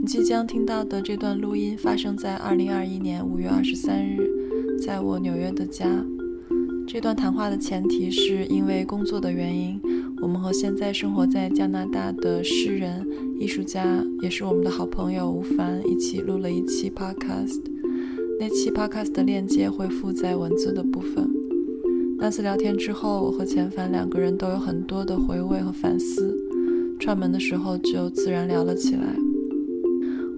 你即将听到的这段录音发生在二零二一年五月二十三日，在我纽约的家。这段谈话的前提是因为工作的原因，我们和现在生活在加拿大的诗人、艺术家，也是我们的好朋友吴凡一起录了一期 podcast。那期 podcast 的链接会附在文字的部分。那次聊天之后，我和钱凡两个人都有很多的回味和反思。串门的时候就自然聊了起来。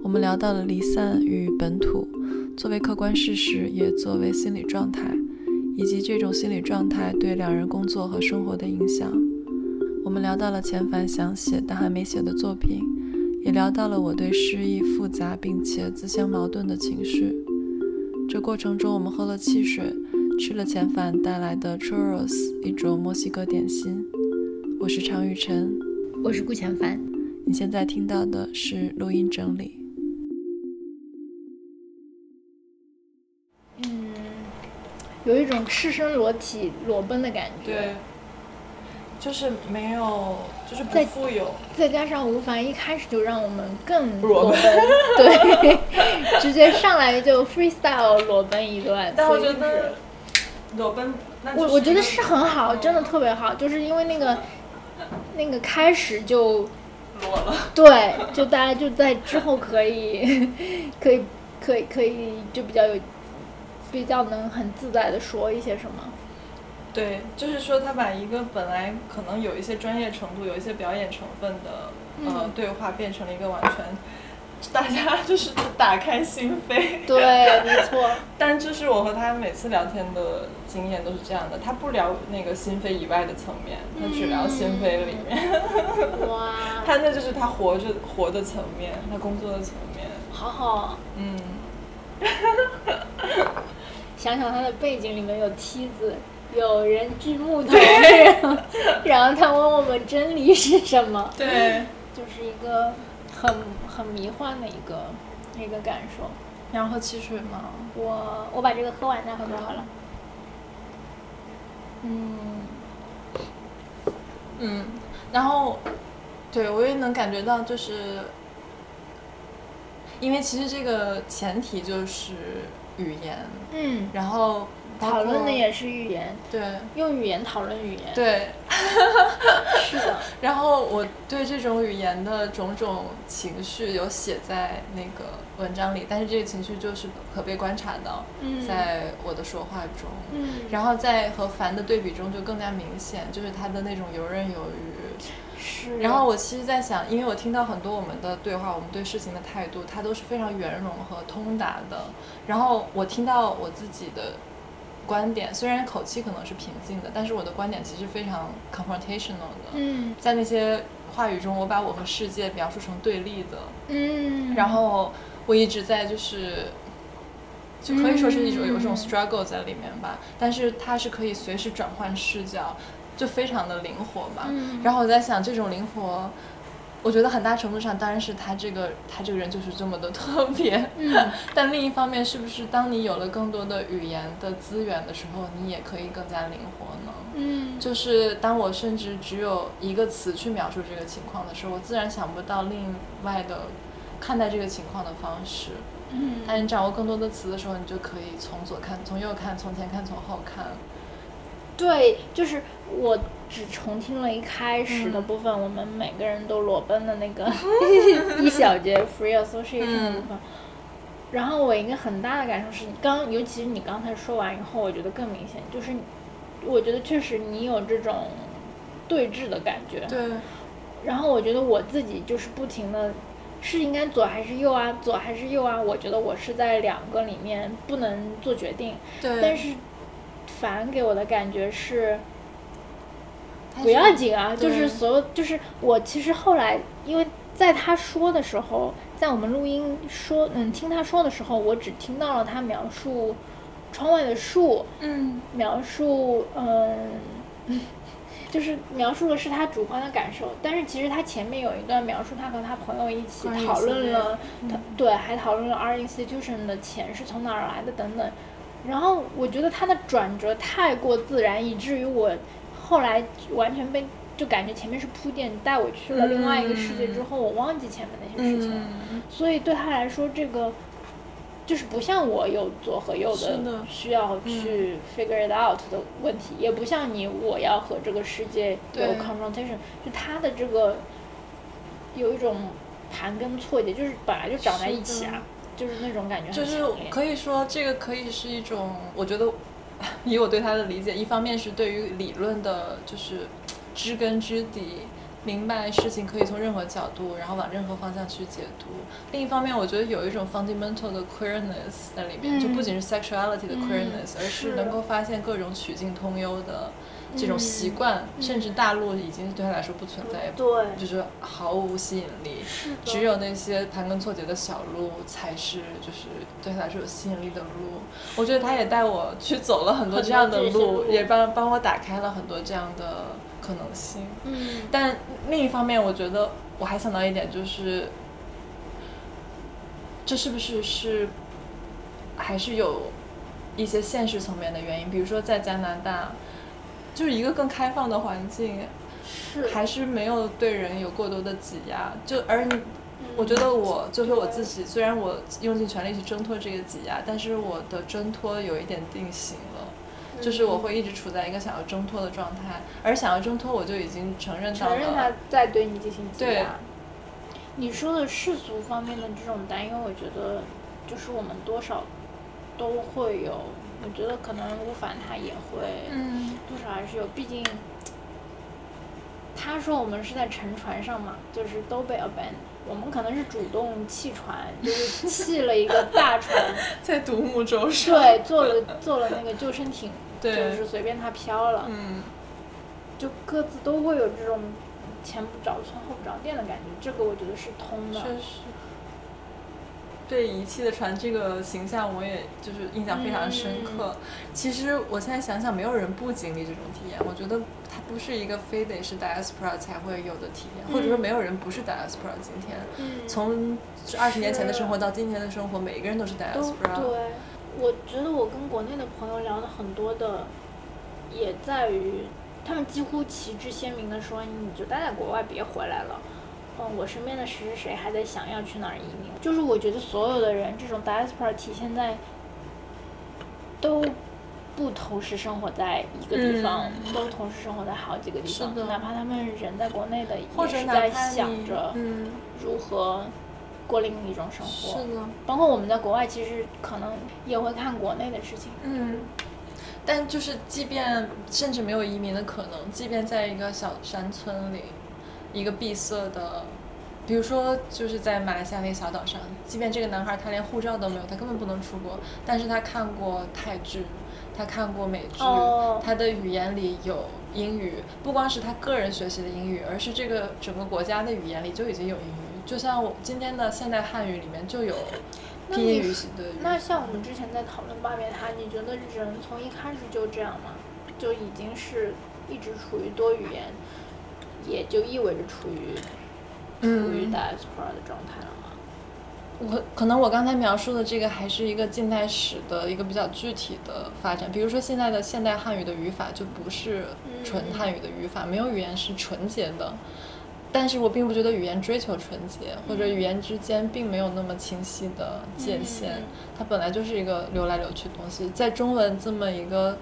我们聊到了离散与本土，作为客观事实，也作为心理状态，以及这种心理状态对两人工作和生活的影响。我们聊到了钱凡想写但还没写的作品，也聊到了我对诗意复杂并且自相矛盾的情绪。这过程中，我们喝了汽水，吃了钱凡带来的 churros，一种墨西哥点心。我是常玉晨。我是顾前帆。你现在听到的是录音整理。嗯，有一种赤身裸体裸奔的感觉。对，就是没有，就是不在富有，再加上吴凡一开始就让我们更裸奔奔， 对， 直接上来就 freestyle 裸奔一段。但我所以觉就得是裸奔，那我就是我觉一得个是很好，真的特别好，就是因为那个那个开始就裸了， 对，就大家就在之后可以 可以可以可以就比较有比较能很自在的说一些什么。对，就是说他把一个本来可能有一些专业程度、有一些表演成分的呃、嗯对话，变成了一个完全 大家就是打开心扉。 对，没错。但这是我和他每次聊天的经验都是这样的，他不聊那个心扉以外的层面，他只聊心扉嗯里面。 哇，他那就是他活着活的层面，他工作的层面。好好，嗯，想想他的背景里面有梯子，有人锯木头，然后然后他问我们真理是什么，对。就是一个很很迷幻的一个一个感受。你要喝汽水吗？我我把这个喝完再喝就好了。嗯，嗯，然后，对我也能感觉到，就是因为其实这个前提就是语言，嗯，然后包讨论括的也是语言，对用语言讨论语言，对，是的，然后我对这种语言的种种情绪有写在那个文章里，但是这个情绪就是可被观察到嗯在我的说话中，嗯，然后在和凡的对比中就更加明显，就是他的那种游刃有余，是，然后我其实，在想，因为我听到很多我们的对话，我们对事情的态度，它都是非常圆融和通达的。然后我听到我自己的观点，虽然口气可能是平静的，但是我的观点其实非常 confrontational 的。嗯在那些话语中，我把我和世界描述成对立的，嗯，然后我一直在就是，就可以说是一种有这种嗯 struggle 在里面吧，但是它是可以随时转换视角，就非常的灵活嘛。嗯然后我在想，这种灵活，我觉得很大程度上当然是他这个他这个人就是这么的特别，嗯。但另一方面，是不是当你有了更多的语言的资源的时候，你也可以更加灵活呢？嗯就是当我甚至只有一个词去描述这个情况的时候，我自然想不到另外的看待这个情况的方式。嗯但你掌握更多的词的时候，你就可以从左看、从右看、从前看、从后看。对，就是我只重听了一开始的嗯部分，我们每个人都裸奔的那 个一小节 free association 的部嗯分。然后我一个很大的感受是，刚尤其是你刚才说完以后，我觉得更明显，就是你我觉得确实你有这种对峙的感觉。对，然后我觉得我自己就是不停的，是应该左还是右啊，左还是右啊？我觉得我是在两个里面不能做决定，对。但是凡给我的感觉是它不是要紧啊，就对是所有就是我其实后来因为在他说的时候，在我们录音说嗯听他说的时候，我只听到了他描述窗外的树，嗯，描述嗯。 就是描述的是他主观的感受，但是其实他前面有一段描述他和他朋友一起关于讨自论恋了他对，还讨论了 R institution 的钱是从哪儿来的等等。然后我觉得它的转折太过自然，以至于我后来完全被就感觉前面是铺垫，你带我去了另外一个世界之后，我忘记前面那些事情了，嗯，所以对他来说，这个就是不像我有左和右是的的需要去 figure it out 的问题，也不像你我要和这个世界有对 confrontation，就他的这个有一种盘根错节，就是本来就长在一起啊，就是那种感觉就很是强烈。可以说这个可以是一种，我觉得以我对他的理解，一方面是对于理论的，就是知根知底。明白事情可以从任何角度，然后往任何方向去解读。另一方面，我觉得有一种 fundamental 的 queerness 在里面，嗯就不仅是 sexuality 的 queerness，、而是是能够发现各种曲径通幽的这种习惯，嗯甚至大陆已经对他来说不存在，也对，就是毫无吸引力。只有那些盘根错节的小路才是就是对他来说有吸引力的路。我觉得他也带我去走了很多这样的很多这些路，路也帮帮我打开了很多这样的可能性。嗯，但另一方面，我觉得我还想到一点，就是这是不是是还是有一些现实层面的原因？比如说在加拿大，就是一个更开放的环境，是还是没有对人有过多的挤压。就而你，我觉得我就是我自己，虽然我用尽全力去挣脱这个挤压，但是我的挣脱有一点定型了。嗯就是我会一直处在一个想要挣脱的状态，而想要挣脱，我就已经承认到承认了他，在对你进行挤对压，你说的世俗方面的这种担忧，我觉得就是我们多少都会有。我觉得可能吴凡他也会，嗯，多少还是有，毕竟他说我们是在沉船上嘛，就是都被 abandon。我们可能是主动弃船，就是弃了一个大船， 在独木舟上，对，坐了坐了那个救生艇，就对是随便它飘了，嗯，就各自都会有这种前不着村后不着店的感觉，这个我觉得是通的。确实，对遗弃的船这个形象，我也就是印象非常嗯深刻。其实我现在想想，没有人不经历这种体验。我觉得它不是一个非得是 diaspora 才会有的体嗯验，或者说没有人不是 diaspora。今天、嗯从二十年前的是生活到今天的生活，每一个人都是都 diaspora。嗯对，我觉得我跟国内的朋友聊的很多的，也在于他们几乎旗帜鲜明的说，你就待在国外别回来了。嗯，我身边的谁谁谁还在想要去哪儿移民，就是我觉得所有的人这种 diaspora 体现在都不同时生活在一个地方，都同时生活在好几个地嗯是方，的哪怕他们人在国内的，或也者是哪在怕想你着嗯，如何过另一种生活。是的，包括我们在国外，其实可能也会看国内的事情。嗯，但就是即便甚至没有移民的可能，即便在一个小山村里，一个闭塞的，比如说就是在马来西亚那个小岛上，即便这个男孩他连护照都没有，他根本不能出国，但是他看过泰剧，他看过美剧，哦他的语言里有。英语不光是他个人学习的英语，而是这个整个国家的语言里就已经有英语。就像我今天的现代汉语里面就有那拼你音语系的语那像我们之前在讨论巴别塔，你觉得人从一开始就这样吗？就已经是一直处于多语言，也就意味着处于处于嗯 diaspora 的状态了吗？我可能我刚才描述的这个还是一个近代史的一个比较具体的发展，比如说现在的现代汉语的语法就不是嗯纯汉语的语法，没有语言是纯洁的。但是我并不觉得语言追求纯洁，或者语言之间并没有那么清晰的界限，嗯嗯它本来就是一个流来流去的东西，在中文这么一个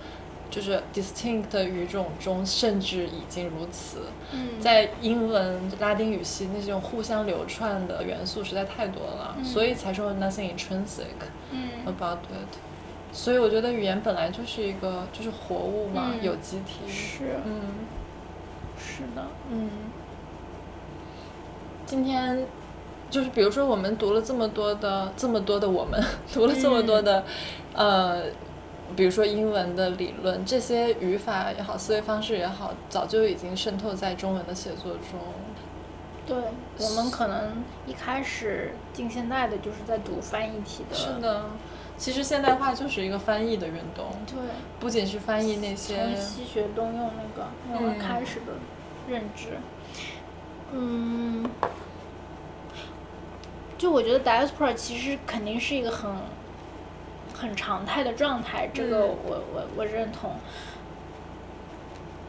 就是 distinct 的语种中，甚至已经如此。嗯在英文、拉丁语系那种互相流窜的元素实在太多了，嗯所以才说 nothing intrinsic 嗯 about it。所以我觉得语言本来就是一个就是活物嘛，嗯有机体。是嗯是的，嗯。今天就是比如说我们读了这么多的这么多的我们 读了这么多的、呃，比如说英文的理论，这些语法也好，思维方式也好，早就已经渗透在中文的写作中。对我们可能一开始近现代的就是在读翻译体的，是的，其实现代化就是一个翻译的运动，对，不仅是翻译那些，从西学东用那个那嗯个开始的认知，嗯，就我觉得 diaspora 其实肯定是一个很很常态的状态，这个嗯我、我我认同。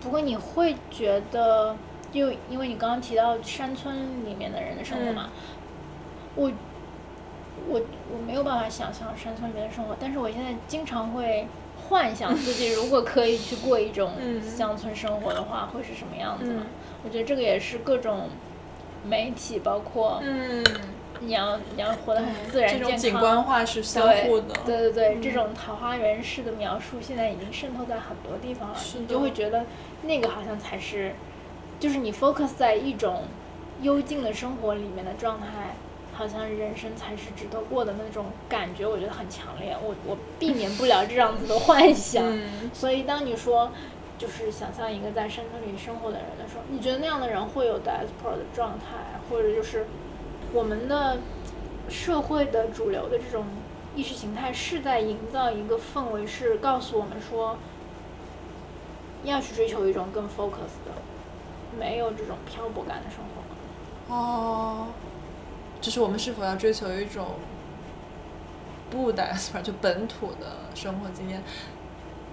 不过你会觉得，就因为你刚刚提到山村里面的人的生嗯活嘛，我我我没有办法想象山村里面的生活，但是我现在经常会幻想自己如果可以去过一种 嗯乡村生活的话，会是什么样子嘛？嗯我觉得这个也是各种媒体，包括嗯，你要你要活得很自然哎这健康，种景观化是相互的，对对对，这种桃花源式的描述现在已经渗透在很多地方了，是你的就会觉得那个好像才是，就是你 focus 在一种幽静的生活里面的状态，好像人生才是值得过的那种感觉，我觉得很强烈，我我避免不了这样子的幻想，嗯，所以当你说。就是想象一个在山村里生活的人的时候，你觉得那样的人会有 diaspora 的状态，或者就是我们的社会的主流的这种意识形态是在营造一个氛围，是告诉我们说要去追求一种更 focus 的，没有这种漂泊感的生活吗。哦，就是我们是否要追求一种 不 d i a s p o r 就本土的生活经验？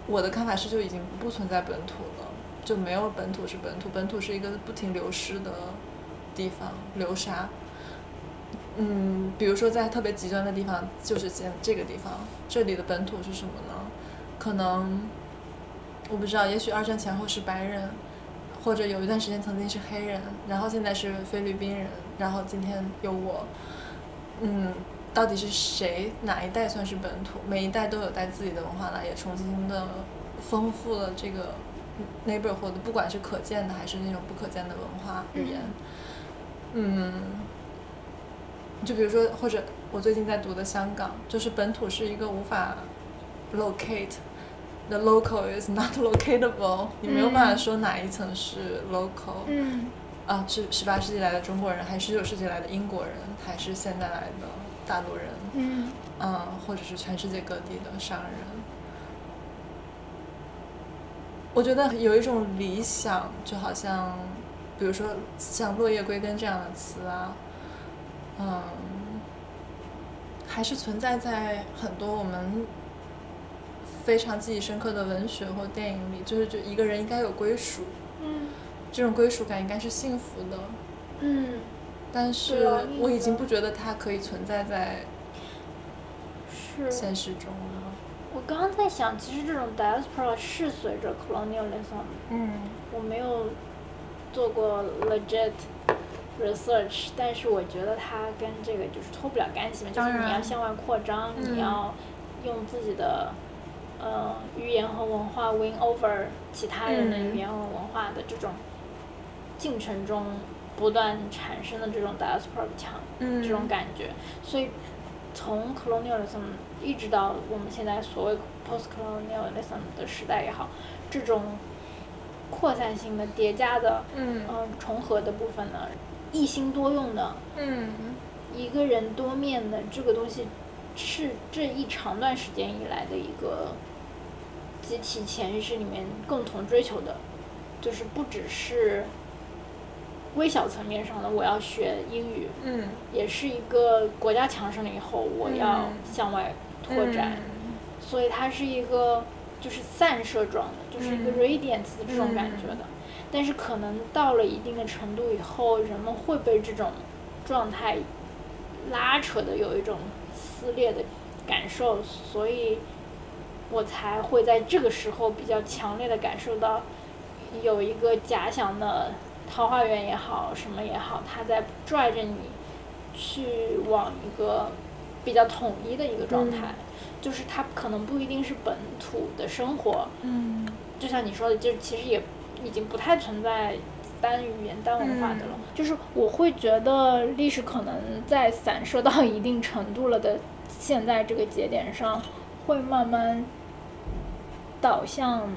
我的看法是，就已经不存在本土了，就没有本土是本土，本土是一个不停流失的地方，流沙。嗯，比如说在特别极端的地方，就是这这个地方，这里的本土是什么呢？可能我不知道，也许二战前后是白人，或者有一段时间曾经是黑人，然后现在是菲律宾人，然后今天有我，嗯，到底是谁哪一代算是本土？每一代都有带自己的文化来，也重新的丰富了这个 neighborhood，不管是可见的还是那种不可见的文化语言，嗯。就比如说，或者我最近在读的香港，就是本土是一个无法 locate。The local is not locatable，你没有办法说哪一层是 local，、嗯啊，是十八世纪来的中国人，还是十九世纪来的英国人，还是现在来的大陆人，嗯，嗯，或者是全世界各地的商人。我觉得有一种理想，就好像，比如说像“落叶归根”这样的词啊，嗯，还是存在在很多我们非常记忆深刻的文学或电影里，就是就一个人应该有归属，嗯这种归属感应该是幸福的，嗯，但是对啊我已经不觉得它可以存在在是。现实中了。我刚刚在想，其实这种 diaspora 是随着 colonialism 嗯我没有做过 legit research，但是我觉得它跟这个就是脱不了干系嘛，就当是你要然向外扩张，嗯你要用自己的呃语言和文化 win over 其他人的嗯语言和文化的这种进程中不断产生的这种 diaspora 的强嗯这种感觉，所以从 colonialism 一直到我们现在所谓 post colonialism 的时代也好，这种扩散性的叠加的，嗯嗯、重合的部分呢，一心多用的嗯一个人多面的这个东西，是这一长段时间以来的一个集体潜意识里面共同追求的，就是不只是微小层面上的我要学英语，嗯，也是一个国家强盛了以后，我要嗯向外拓展，所以它是一个就是散射状的，就是一个嗯 radiance 的这种感觉的。但是可能到了一定的程度以后，人们会被这种状态拉扯的有一种撕裂的感受，所以我才会在这个时候比较强烈的感受到有一个假想的桃花源也好，什么也好，它在拽着你去往一个比较统一的一个状态，就是它可能不一定是本土的生活，嗯就像你说的，就其实也已经不太存在单语言、单文化的嗯了。就是我会觉得历史可能在散射到一定程度了的现在这个节点上，会慢慢导向，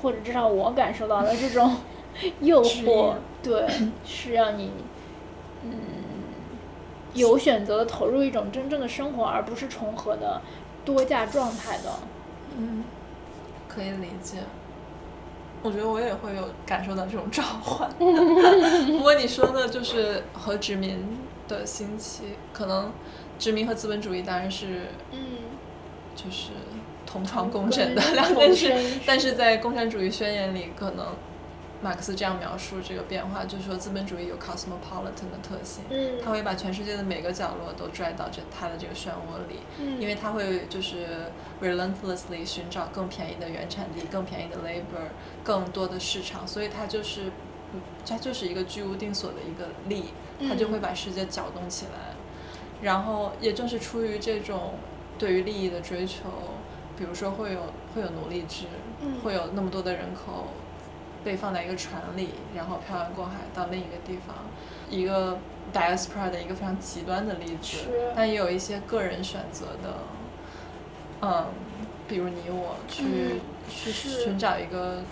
或者至少我感受到了这 种诱质疑惑， 对，是让你嗯有选择的投入一种真正的生活，而不是重合的多价状态的。嗯，可以理解。我觉得我也会有感受到这种召唤。不过你说的就是和殖民的兴起，可能殖民和资本主义当然是嗯。就是同床共枕的同两共 件事生，但是在共产主义宣言里，可能马克思这样描述这个变化，就是说资本主义有 cosmopolitan 的特性，嗯它会把全世界的每个角落都拽到这它的这个漩涡里，嗯因为它会就是 relentlessly 寻找更便宜的原产地、更便宜的 labor、更多的市场，所以它就是，嗯它就是一个居无定所的一个力，它就会把世界搅动起来。然后也正是出于这种对于利益的追求，比如说会有会有奴隶制，嗯会有那么多的人口被放在一个船里，然后漂洋过海到另一个地方，一个 diaspora 的一个非常极端的例子是，但也有一些个人选择的，嗯，比如你我去、嗯去是寻找一个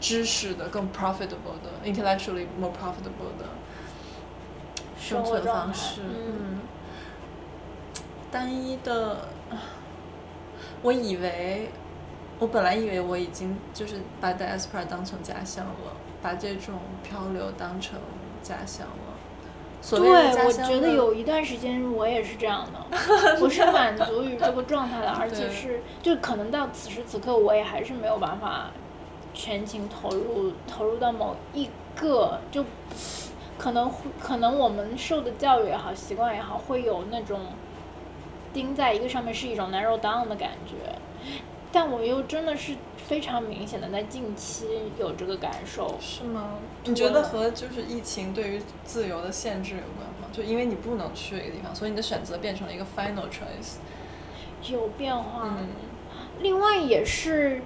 知识的更 profitable 的 intellectually more profitable 的生生活存状方态式，嗯嗯，单一的，啊我以为，我本来以为我已经就是把 diaspora 当成家乡了，把这种漂流当成家乡了。所谓的对，家我乡觉得呢有一段时间我也是这样的，我是满足于这个状态的，而且是就可能到此时此刻，我也还是没有办法全情投入投入到某一个就可能会可能我们受的教育也好，习惯也好，会有那种盯在一个上面是一种 narrow down 的感觉，但我又真的是非常明显的在近期有这个感受，是吗？你觉得和就是疫情对于自由的限制有关吗？就因为你不能去一个地方，所以你的选择变成了一个 final choice。有变化。嗯另外也是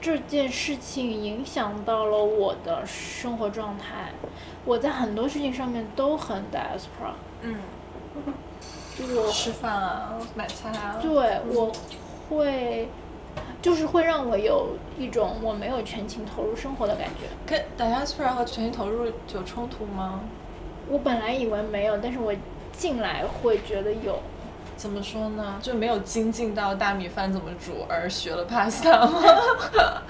这件事情影响到了我的生活状态，我在很多事情上面都很 diaspora，嗯，就是我吃饭啊，买菜啊，对我会就是会让我有一种我没有全情投入生活的感觉。跟 diaspora 和全心投入有冲突吗？我本来以为没有，但是我进来会觉得有。怎么说呢？就没有精进到大米饭怎么煮，而学了 pasta 吗？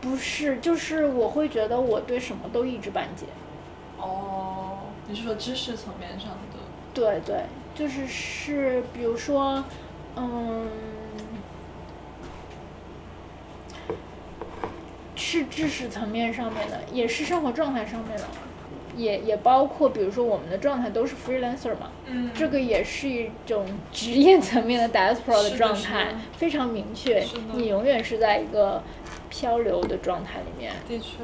不是，就是我会觉得我对什么都一知半解。 哦，你是说知识层面上的？对对，就是是，比如说，嗯，是知识层面上面的，也是生活状态上面的，也也包括，比如说我们的状态都是 freelancer 嘛，嗯这个也是一种 职业层面的 diaspora 是的状是态，的非常明确是的，你永远是在一个漂流的状态里 面。的确，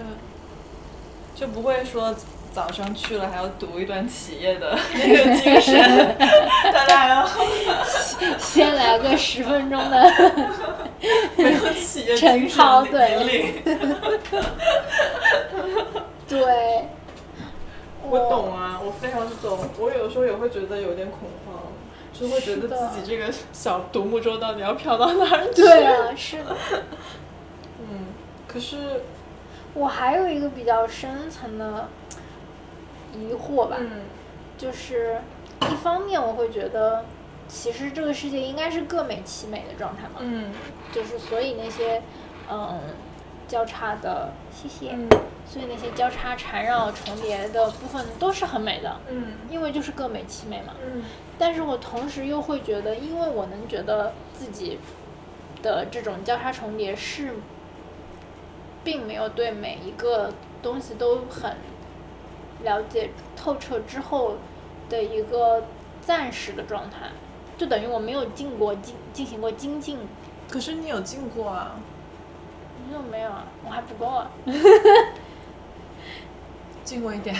就不会说早上去了还要读一段企业 的那个精神，大家还 要先来个十分钟的， 没有企业晨精操神对引领。对，我懂啊，我非常懂。我有时候也会觉得有点恐慌，就会觉得自己这个小独木舟到底要飘到哪儿去？对啊，是的。嗯，可是，我还有一个比较深层的疑惑吧，嗯就是一方面我会觉得，其实这个世界应该是各美其美的状态嘛，嗯就是所以那些嗯交叉的，谢谢，嗯所以那些交叉缠绕重叠的部分都是很美的，嗯因为就是各美其美嘛。嗯但是我同时又会觉得，因为我能觉得自己的这种交叉重叠是，并没有对每一个东西都很了解透彻之后的一个暂时的状态，就等于我没有进过进进行过精进，可是你有进过啊？没有没有啊，我还不够啊。进过一点。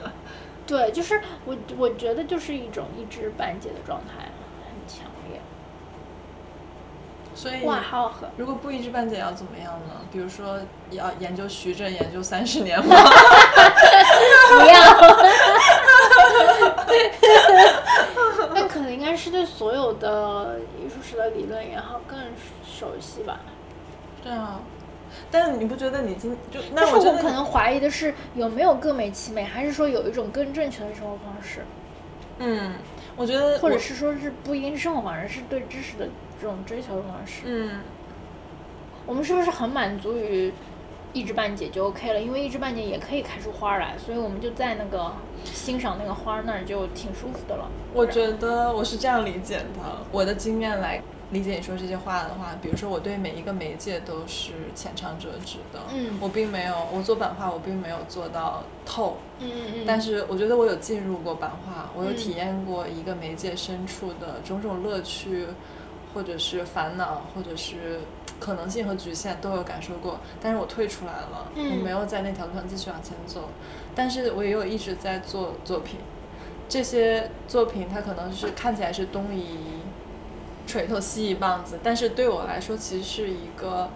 对，就是我我觉得就是一种一知半解的状态，很强烈。所以，哇，好好喝。如果不一知半解要怎么样呢？比如说，要研究徐震研究三十年吗？ 不要。 那可能应该是对所有的艺术史的理论也好更熟悉吧。对啊，但是你不觉得你今就但那 是我觉我得可能怀疑的是有没有各美其美，还是说有一种更正确的生活方式，嗯，我觉得或者我是说是不一定是生活方式，是对知识的这种追求的方式。嗯，我们是不是很满足于一知半解就 OK 了？因为一知半解也可以开出花儿来，所以我们就在那个欣赏那个花儿那儿就挺舒服的了。我觉得我是这样理解的，我的经验来理解你说这些话的话，比如说我对每一个媒介都是浅尝辄止的，嗯我并没有，我做版画我并没有做到透，嗯嗯嗯，但是我觉得我有进入过版画，我有嗯体验过一个媒介深处的种种乐趣，或者是烦恼，或者是可能性和局限都有感受过。但是我退出来了，嗯我没有在那条路上继续往前走，但是我也有一直在做作品。这些作品它可能是看起来是东移锤头西移棒子，但是对我来说其实是一个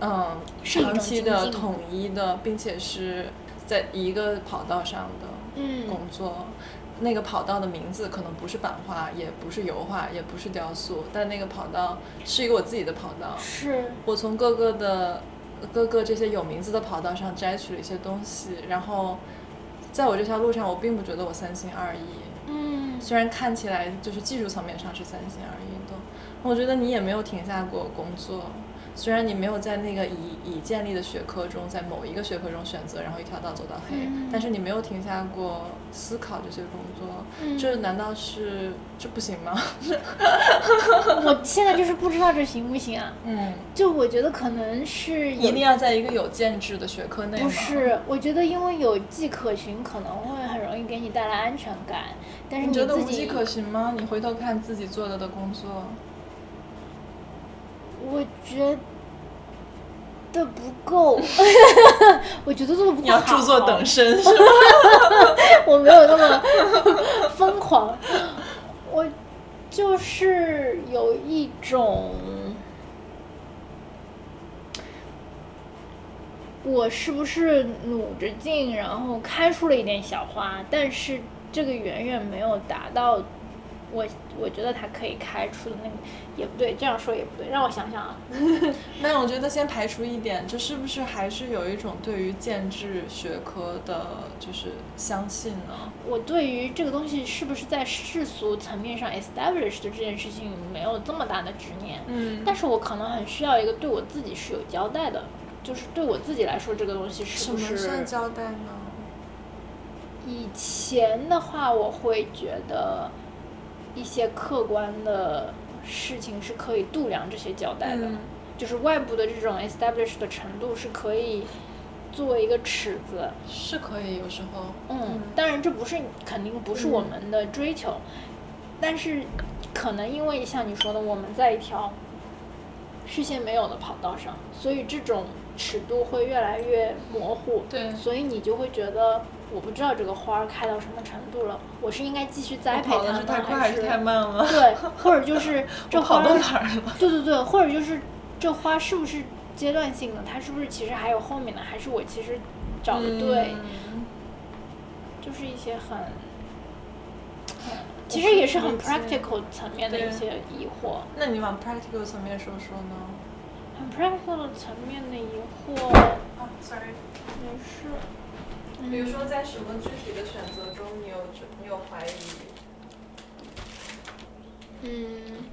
嗯是一种长期精的进统一的，并且是在一个跑道上的嗯工作。那个跑道的名字可能不是版画，也不是油画，也不是雕塑，但那个跑道是一个我自己的跑道。是我从各个的各个这些有名字的跑道上摘取了一些东西，然后在我这条路上，我并不觉得我三心二意。嗯虽然看起来就是技术层面上是三心二意的，我觉得你也没有停下过工作。虽然你没有在那个已已建立的学科中，在某一个学科中选择，然后一条道走到黑，嗯但是你没有停下过思考这些工作，嗯这难道是这不行吗？我现在就是不知道这行不行啊？嗯，就我觉得可能是有一定要在一个有建制的学科内吗？不是，我觉得因为有迹可循，可能会很容易给你带来安全感，但是你觉得自无己迹可循吗？你回头看自己做了的工作，我觉得不 够，我觉得做的不够你要著作好啊等身是吗？ 我没有那么疯狂，我就是有一种，我是不是努着劲，然后开出了一点小花，但是这个远远没有达到我我觉得它可以开出的那个，也不对，这样说也不对，让我想想啊，那我觉得先排除一点，这是不是还是有一种对于建制学科的，就是相信呢？我对于这个东西是不是在世俗层面上 established 这件事情没有这么大的执念，嗯但是我可能很需要一个对我自己是有交代的，就是对我自己来说，这个东西是什不么是？算交代呢？以前的话，我会觉得一些客观的事情是可以度量这些交代的，嗯就是外部的这种 establish 的程度是可以作为一个尺子，是可以，有时候，嗯，当然这不是肯定不是我们的追求，但是可能因为像你说的，我们在一条视线没有的跑道上，所以这种尺度会越来越模糊。对所以你就会觉得我不知道这个花儿开到什么程度了，我是应该继续栽我培跑它的吗？是太快还是太慢 了？ 对，或者就是这我花跑儿到哪儿了？对对对，或者就是这花是不是阶段性的？它是不是其实还有后面的？还是我其实找的对？嗯就是一些很，很其实也是很理解 practical 层面的一对些疑惑，那你往 practical 层面说说呢？很 practical 层面的疑惑啊，sorry，也是，比如说在什么具体的选择中，你有你有怀疑？嗯，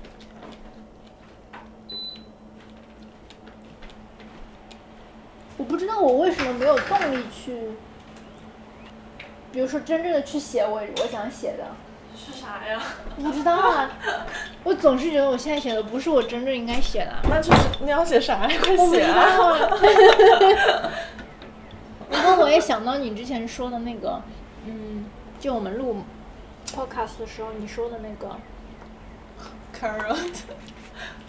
我不知道我为什么没有动力去，比如说真正的去写我我想写的，是啥呀？我不知道啊， 我总是觉得我现在写的不是我真正应该写的啊。那就是你要写啥呀？快写啊！ 然后我也想到你之前说的那个，嗯，就我们录 podcast 的时候你说的那个， carrot，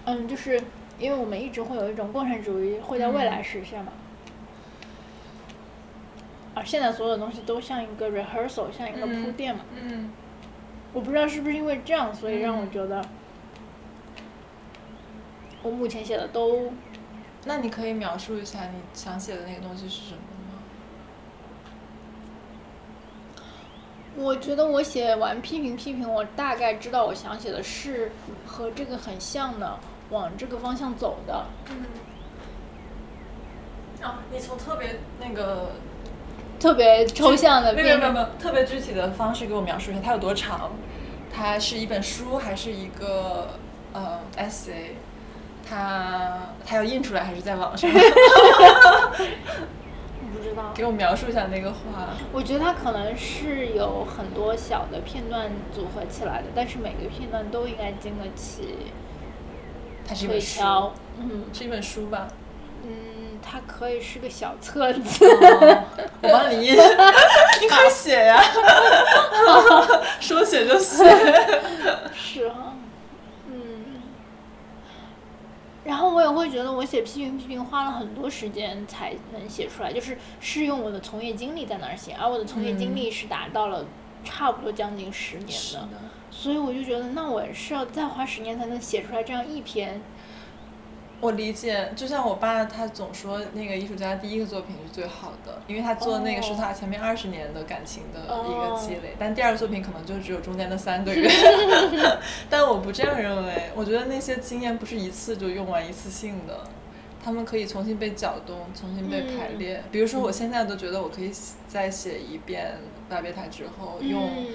嗯，就是因为我们一直会有一种共产主义会在未来实现嘛，而现在所有的东西都像一个 rehearsal，像一个铺嗯垫嘛。嗯，我不知道是不是因为这样，所以让我嗯觉得我目前写的都那你可以描述一下你想写的那个东西是什么吗？我觉得我写完批评批评，我大概知道我想写的是和这个很像的，往这个方向走的。啊，嗯你从特别那个特别抽象的没有变没有没成，有特别具体的方式给我描述一下，它有多长？它是一本书还是一个呃 essay？它它要印出来还是在网上？ 我不知道。给我描述一下那个画。我觉得它可能是有很多小的片段组合起来的，但是每个片段都应该经得起它是一可本以书，挑，嗯是一本书吧？嗯，它可以是个小册册子。哦我帮 你印，你快写 呀，说写就写。是哈，嗯。然后我也会觉得，我写批评批评花了很多时间才能写出来，就是是用我的从业经历在那儿写，而我的从业经嗯历是达到了差不多将近十年的，所以我就觉得，那我是要再花十年才能写出来这样一篇。我理解，就像我爸他总说那个艺术家第一个作品是最好的，因为他做的那个是他前面二十年的感情的一个积累，但第二作品可能就只有中间的三个月。但我不这样认为，我觉得那些经验不是一次就用完一次性的，他们可以重新被搅动，重新被排列。比如说，我现在都觉得我可以再写一遍《巴别塔》之后，用嗯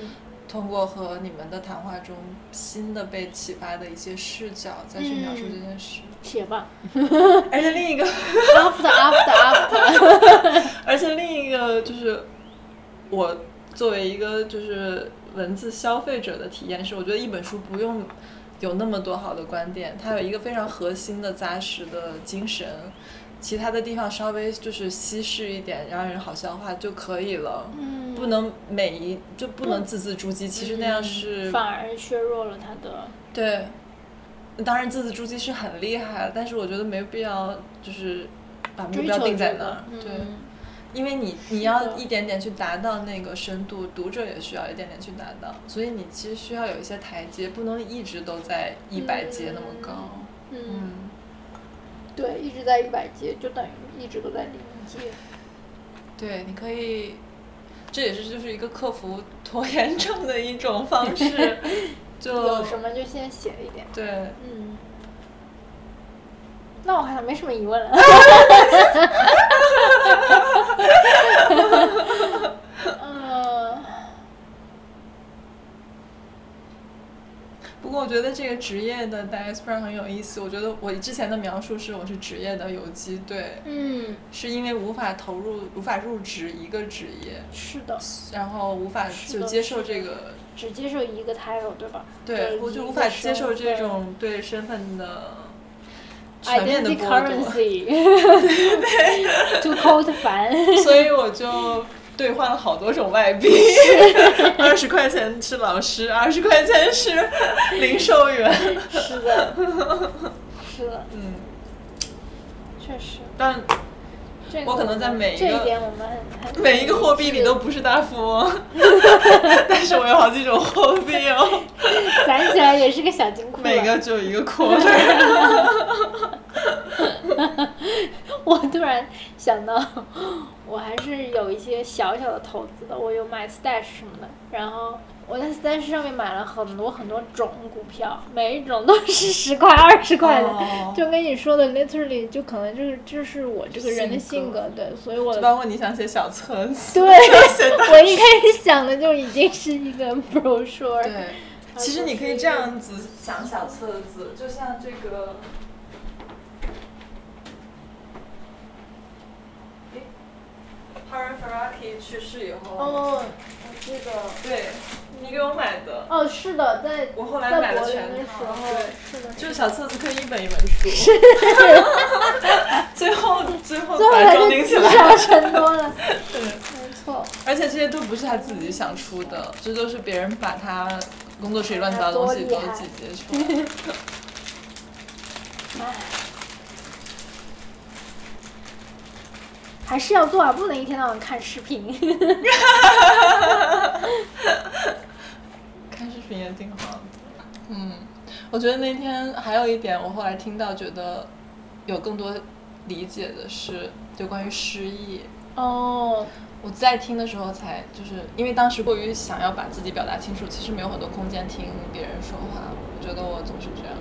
通过和你们的谈话中新的被启发的一些视角再去描述这件事。写吧而且另一个， ，after after after，而且另一个就是，我作为一个就是文字消费者的体验是，我觉得一本书不用有那么多好的观点，它有一个非常核心的扎实的精神，其他的地方稍微就是稀释一点，让人好消化就可以了。嗯，不能每一就不能字字珠玑，其实那样是反而削弱了他的，对，当然字字珠玑是很厉害，但是我觉得没必要就是把目追标求定在这那儿个，嗯对，因为你你要的一点点去达到那个深度，读者也需要一点点去达到，所以你其实需要有一些台阶，不能一直都在一百阶那么高。嗯，嗯，对，一直在一百阶，就等于一直都在零阶。对，你可以，这也是就是一个克服拖延症的一种方 式，就有什么就先写一点。对。嗯，那我好像没什么疑问了。呃，不过我觉得这个职业的 diaspora 很有意思。我觉得我之前的描述是我是职业的游击队，嗯，是因为无法投入、无法入职一个职业，是的，然后无法是就的接是受的这个，只接受一个 title 对吧？对，我一就无个法接身受这份种嗯对身份的全面的 identity 剥夺， currency，too cold 烦， 所以我就。兑换了好多种外 币，二十块钱是老师，二十块钱是零售员。是的，是的，嗯，确实，但这个我可能在们每一这个一点我们很很每一个货币里都不是大富翁， 但是我有好几种货币 哦，攒起来也是个小金库了。每个只有一个 quarter。我突然想到，我还是有一些小小的投资的，我有买 stash 什么的，然后我在 stash 上面买了很多很多种股票，每一种都是十块二十块的。哦就跟你说的，literally 就可能就是这是我这个人的性性格格，对，所以我就包括你想写小册子，对我一开始想的就已经是一个 brochure，对，其实你可以这样子想小册子，就像这个。诶 Harun Faraki 去世以后，哦，我记得，对你给我买的，哦，是的，在我后来买在了柏林全的时套，候对，，是的，就是小册子可以一本一本书， 最后最后最后 把它来装就订积起 来。少成多 了，没错，而且这些都不是他自己想出的，这都是别人把他工作室里乱七八糟东西都集结出来的。还是要做啊，不能一天到晚看视频。看视频也挺好的。嗯，我觉得那天还有一点，我后来听到觉得有更多理解的是，就关于失忆。哦，我在听的时候才就是因为当时过于想要把自己表达清楚，其实没有很多空间听别人说话。我觉得我总是这样，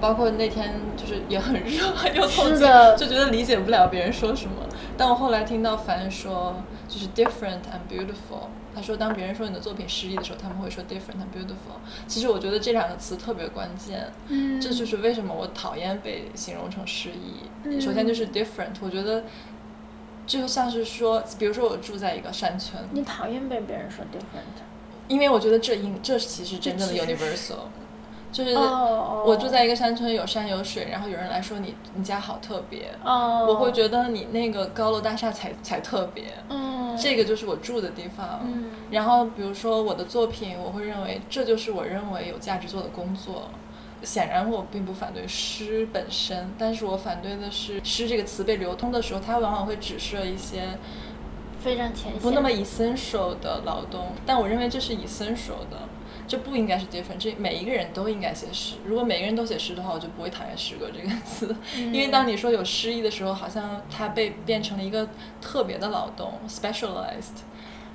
包括那天就是也很热， 又痛是经的，就觉得理解不了别人说什么。但我后来听到凡说就是 different and beautiful，他说当别人说你的作品失意的时候，他们会说 different and beautiful。其实我觉得这两个词特别关键， 嗯，这就是为什么我讨厌被形容成失忆。嗯首先就是 different，我觉得就像是说，比如说我住在一个山村，你讨厌被别人说 different，因为我觉得这应这其实真正的这其实 universal， 就是哦呃我住在一个山村，有山有水，然后有人来说你你家好特别，哦，我会觉得你那个高楼大厦才才特别，嗯这个就是我住的地方。嗯然后比如说我的作品，我会认为这就是我认为有价值做的工作。显然我并不反对诗本身，但是我反对的是诗这个词被流通的时候，它往往会指涉一些非常浅显，不那么 essential 的劳动，但我认为这是 essential 的，这不应该是 different，这每一个人都应该写诗。如果每个人都写诗的话，我就不会讨厌诗歌这个词，嗯因为当你说有诗意的时候，好像它被变成了一个特别的劳动 （specialized）。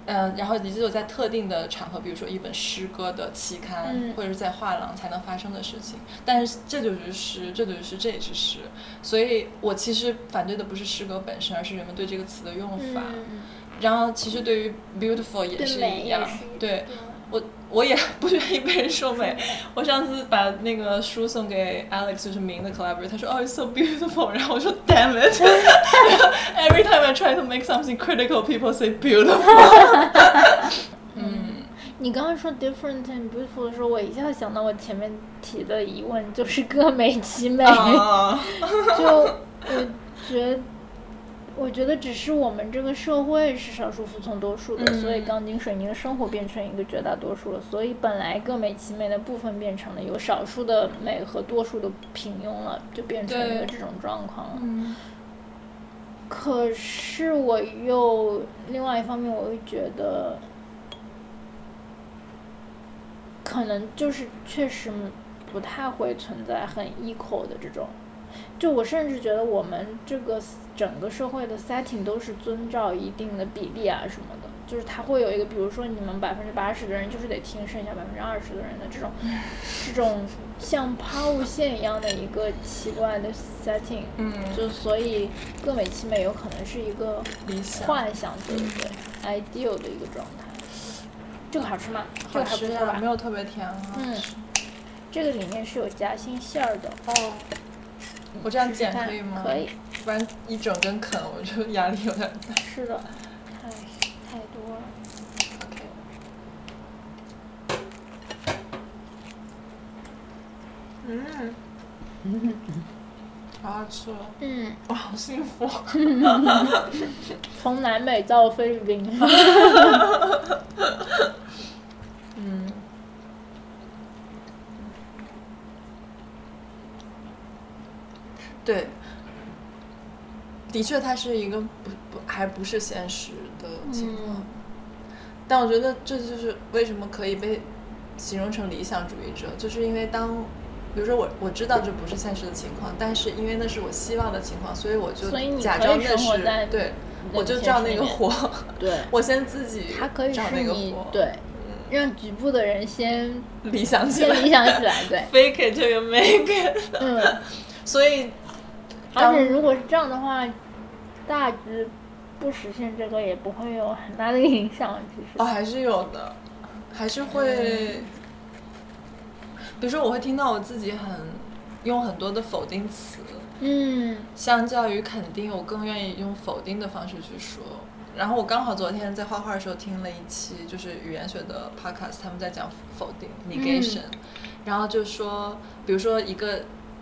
嗯，然后你只有在特定的场合，比如说一本诗歌的期刊，嗯或者是在画廊才能发生的事情。但是这就是诗，这就是诗，这也是诗。所以我其实反对的不是诗歌本身，而是人们对这个词的用法。嗯然后其实对于 beautiful 也对是美一也样是，一对我我也不愿意被人说美。我上次把那个书送给 Alex，就是明的 collaborator，他说哦、oh, it's so beautiful，然 后我说 damn it，every time I try to make something critical，people say beautiful。你刚刚说 different and beautiful 的时候，我一下想到我前面提的疑问，就是各美其美。啊，就我觉，我觉得只是我们这个社会是少数服从多数的，所以钢筋水泥的生活变成一个绝大多数了，所以本来各美其美的部分变成了有少数的美和多数的平庸了，就变成一个对这种状况了。嗯可是我又另外一方面，我又觉得，可能就是确实不太会存在很 equal 的这种。就我甚至觉得我们这个 s- 整个社会的 setting 都是遵照一定的比例啊什么的，就是它会有一个，比如说你们百分之八十的人就是得听剩下百分之二十的人的这种，这种像抛物线一样的一个奇怪的 setting。嗯，就所以各美其美有可能是一个理想。幻想，对不对？ideal 的一个状态。这个好吃吗？这好个还不吃错啊，吧没？有特别甜啊。嗯，这个里面是有夹心馅儿的，哦，我这样剪可以吗？可以，不然一整根啃，我就压力有点大。是的，太太多了。 OK，嗯，好好吃哦，嗯，哇，好幸福！从南美到菲律宾， 嗯， 对，的确，它是一个不不还不是现实的情况，嗯但我觉得这就是为什么可以被形容成理想主义者，就是因为当。比如说我我知道这不是现实的情况，但是因为那是我希望的情况，所以我就所以你假可以装那生活是在对，你的我就现照实那里个面火， 对，我先自己它可以照是那个你火，嗯对，让局部的 人先理想起先来，理想起 来，对， fake it till you make it。嗯。所以，而且如果是这样的话，大局不实现这个也不会有很大的影响。其实，哦，还是有的，还是会，比如说我会听到我自己很用很多的否定词，嗯相较于肯定，我更愿意用否定的方式去说。然后我刚好昨天在画画的时候听了一期就是语言学的 podcast，他们在讲否定 negation，、然后就说，比如说一个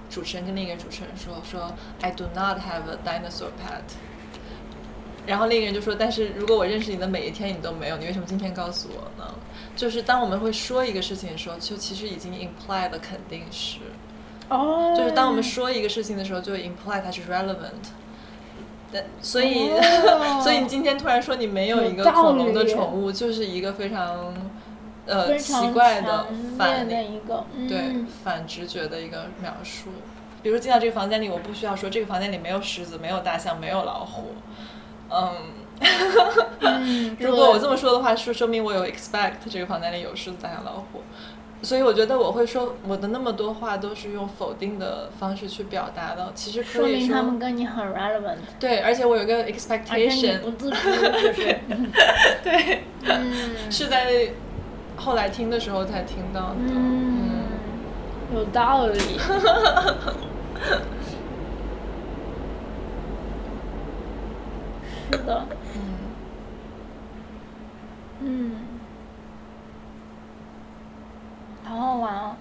主持人跟另一个主持人说说 I do not have a dinosaur pet，然后另一个人就说，但是如果我认识你的每一天你都没有，你为什么今天告诉我呢？就是当我们会说一个事情的时候，就其实已经 imply 了肯定是，哦，就是当我们说一个事情的时候，就 imply 它是 relevant。但所以，哦 所以你今天突然说你没有一个有道恐龙的理宠物，就是一个非常呃非奇常怪的强反烈的一个，对嗯，反直觉的一个描述。比如进到这个房间里，我不需要说这个房间里没有狮子、没有大象、没有老虎。嗯，嗯，如果我这么么说的话，说说明我有 expect 这个房间里有狮子、大象、老虎。所以我觉得我会说我的那么多话都是用否定的方式去表达的，其实说可以明说他们跟你很 relevant，对，而且我有一个而且你 expectation，不自知， 就是，对，嗯 是在后来听的时候才听到的。嗯，有道理。是的。嗯嗯，好好玩哦。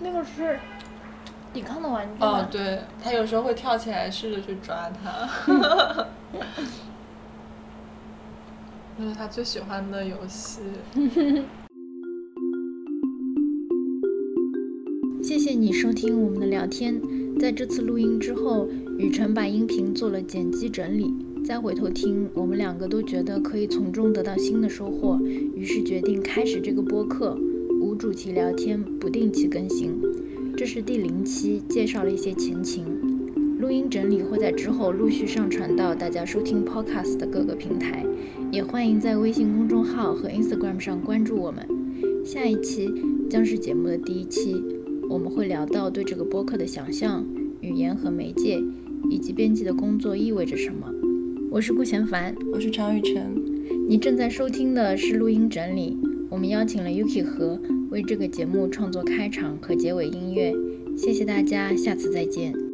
那个是抵抗的玩具哦吗，？对，他有时候会跳起来试着去抓 它。那是他最喜欢的游戏。谢谢你收听我们的聊天。在这次录音之后，雨辰把音频做了剪辑整理，再回头听，我们两个都觉得可以从中得到新的收获，于是决定开始这个播客，无主题聊天，不定期更新。这是第零期，介绍了一些前情。录音整理会在之后陆续上传到大家收听 Podcast 的各个平台，也欢迎在微信公众号和 Instagram 上关注我们。下一期将是节目的第一期，我们会聊到对这个播客的想象、语言和媒介，以及编辑的工作意味着什么。我是顾贤凡，我是常雨辰，你正在收听的是录音整理，我们邀请了 Yuki 和为这个节目创作开场和结尾音乐。谢谢大家，下次再见。